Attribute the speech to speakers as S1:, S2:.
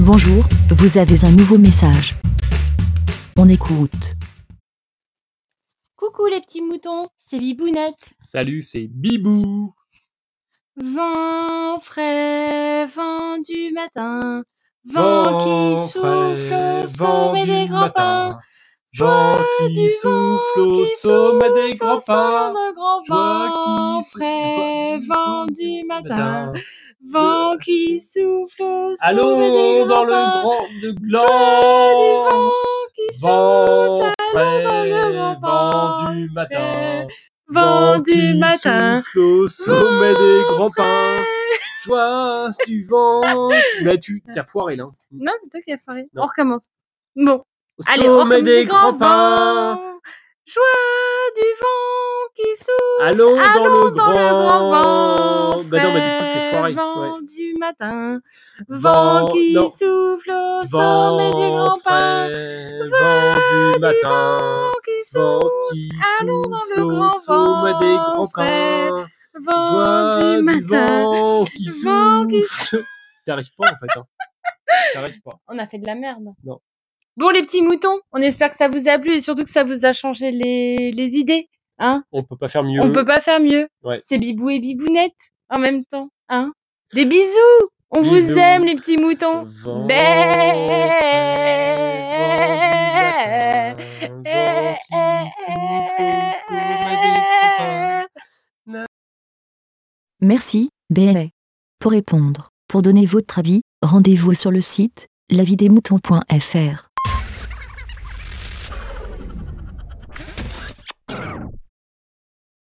S1: Bonjour, vous avez un nouveau message. On écoute.
S2: Coucou les petits moutons, c'est Bibounette.
S3: Salut, c'est Bibou.
S2: Vent frais, vent du matin, vent qui souffle au sommet des grands pins.
S3: Joie
S2: du
S3: qui souffle
S2: vent
S3: au
S2: qui
S3: sommet des grands
S2: Passons
S3: pins.
S2: dans un grand
S3: Joie
S2: vent
S3: qui
S2: frais,
S3: souffle-
S2: vent du matin, vent qui souffle au sommet des
S3: Allons
S2: grands
S3: dans
S2: pins.
S3: le grand de
S2: Joie du
S3: gland.
S2: vent qui
S3: Vent
S2: souffle, allons dans le
S3: frais,
S2: grand
S3: vent
S2: vent
S3: du
S2: frais.
S3: matin.
S2: vent
S3: qui
S2: du matin.
S3: souffle au sommet
S2: Vent
S3: des grands pins. Joie du vent. qui- Bah, tu t'as foiré là.
S2: Non, c'est toi qui as foiré.
S3: Non.
S2: On recommence. Bon.
S3: Au
S2: Allez, on
S3: sommet
S2: recommence
S3: des
S2: grands
S3: grands pins.
S2: vents. Joie du vent qui souffle.
S3: Allons dans
S2: Allons
S3: le
S2: dans le grand
S3: grand.
S2: vent.
S3: Bah non, mais du coup, c'est
S2: frais,
S3: foiré.
S2: Vent
S3: ouais.
S2: du matin.
S3: Vent-
S2: Vent qui
S3: non.
S2: souffle au sommet du grand pin.
S3: frais, vent du
S2: du
S3: matin.
S2: Vent qui
S3: Vent
S2: souffle.
S3: qui
S2: allons dans
S3: souffle
S2: le
S3: au
S2: grand
S3: sommet des
S2: vent
S3: grands
S2: frais,
S3: pins.
S2: Vent du matin.
S3: Vent qui
S2: Vent qui
S3: souffle. T'arrives pas en fait. Hein. T'arrives pas.
S2: On a fait de la merde.
S3: Non.
S2: Bon, les petits moutons, on espère que ça vous a plu et surtout que ça vous a changé les, les idées. Hein
S3: On peut pas faire mieux.
S2: On peut pas faire mieux.
S3: Ouais.
S2: C'est Bibou et Bibounette en même temps. Hein Des bisous On vous
S3: Bisous.
S2: aime les petits moutons
S3: Vent
S2: Bé-
S3: frais, vent du matin,
S2: Eh,
S3: vent qui souffle au sommet des
S2: eh,
S3: grands pins.
S1: Merci, BLA. Pour répondre, pour donner votre avis, rendez-vous sur le site lavidemouton.fr.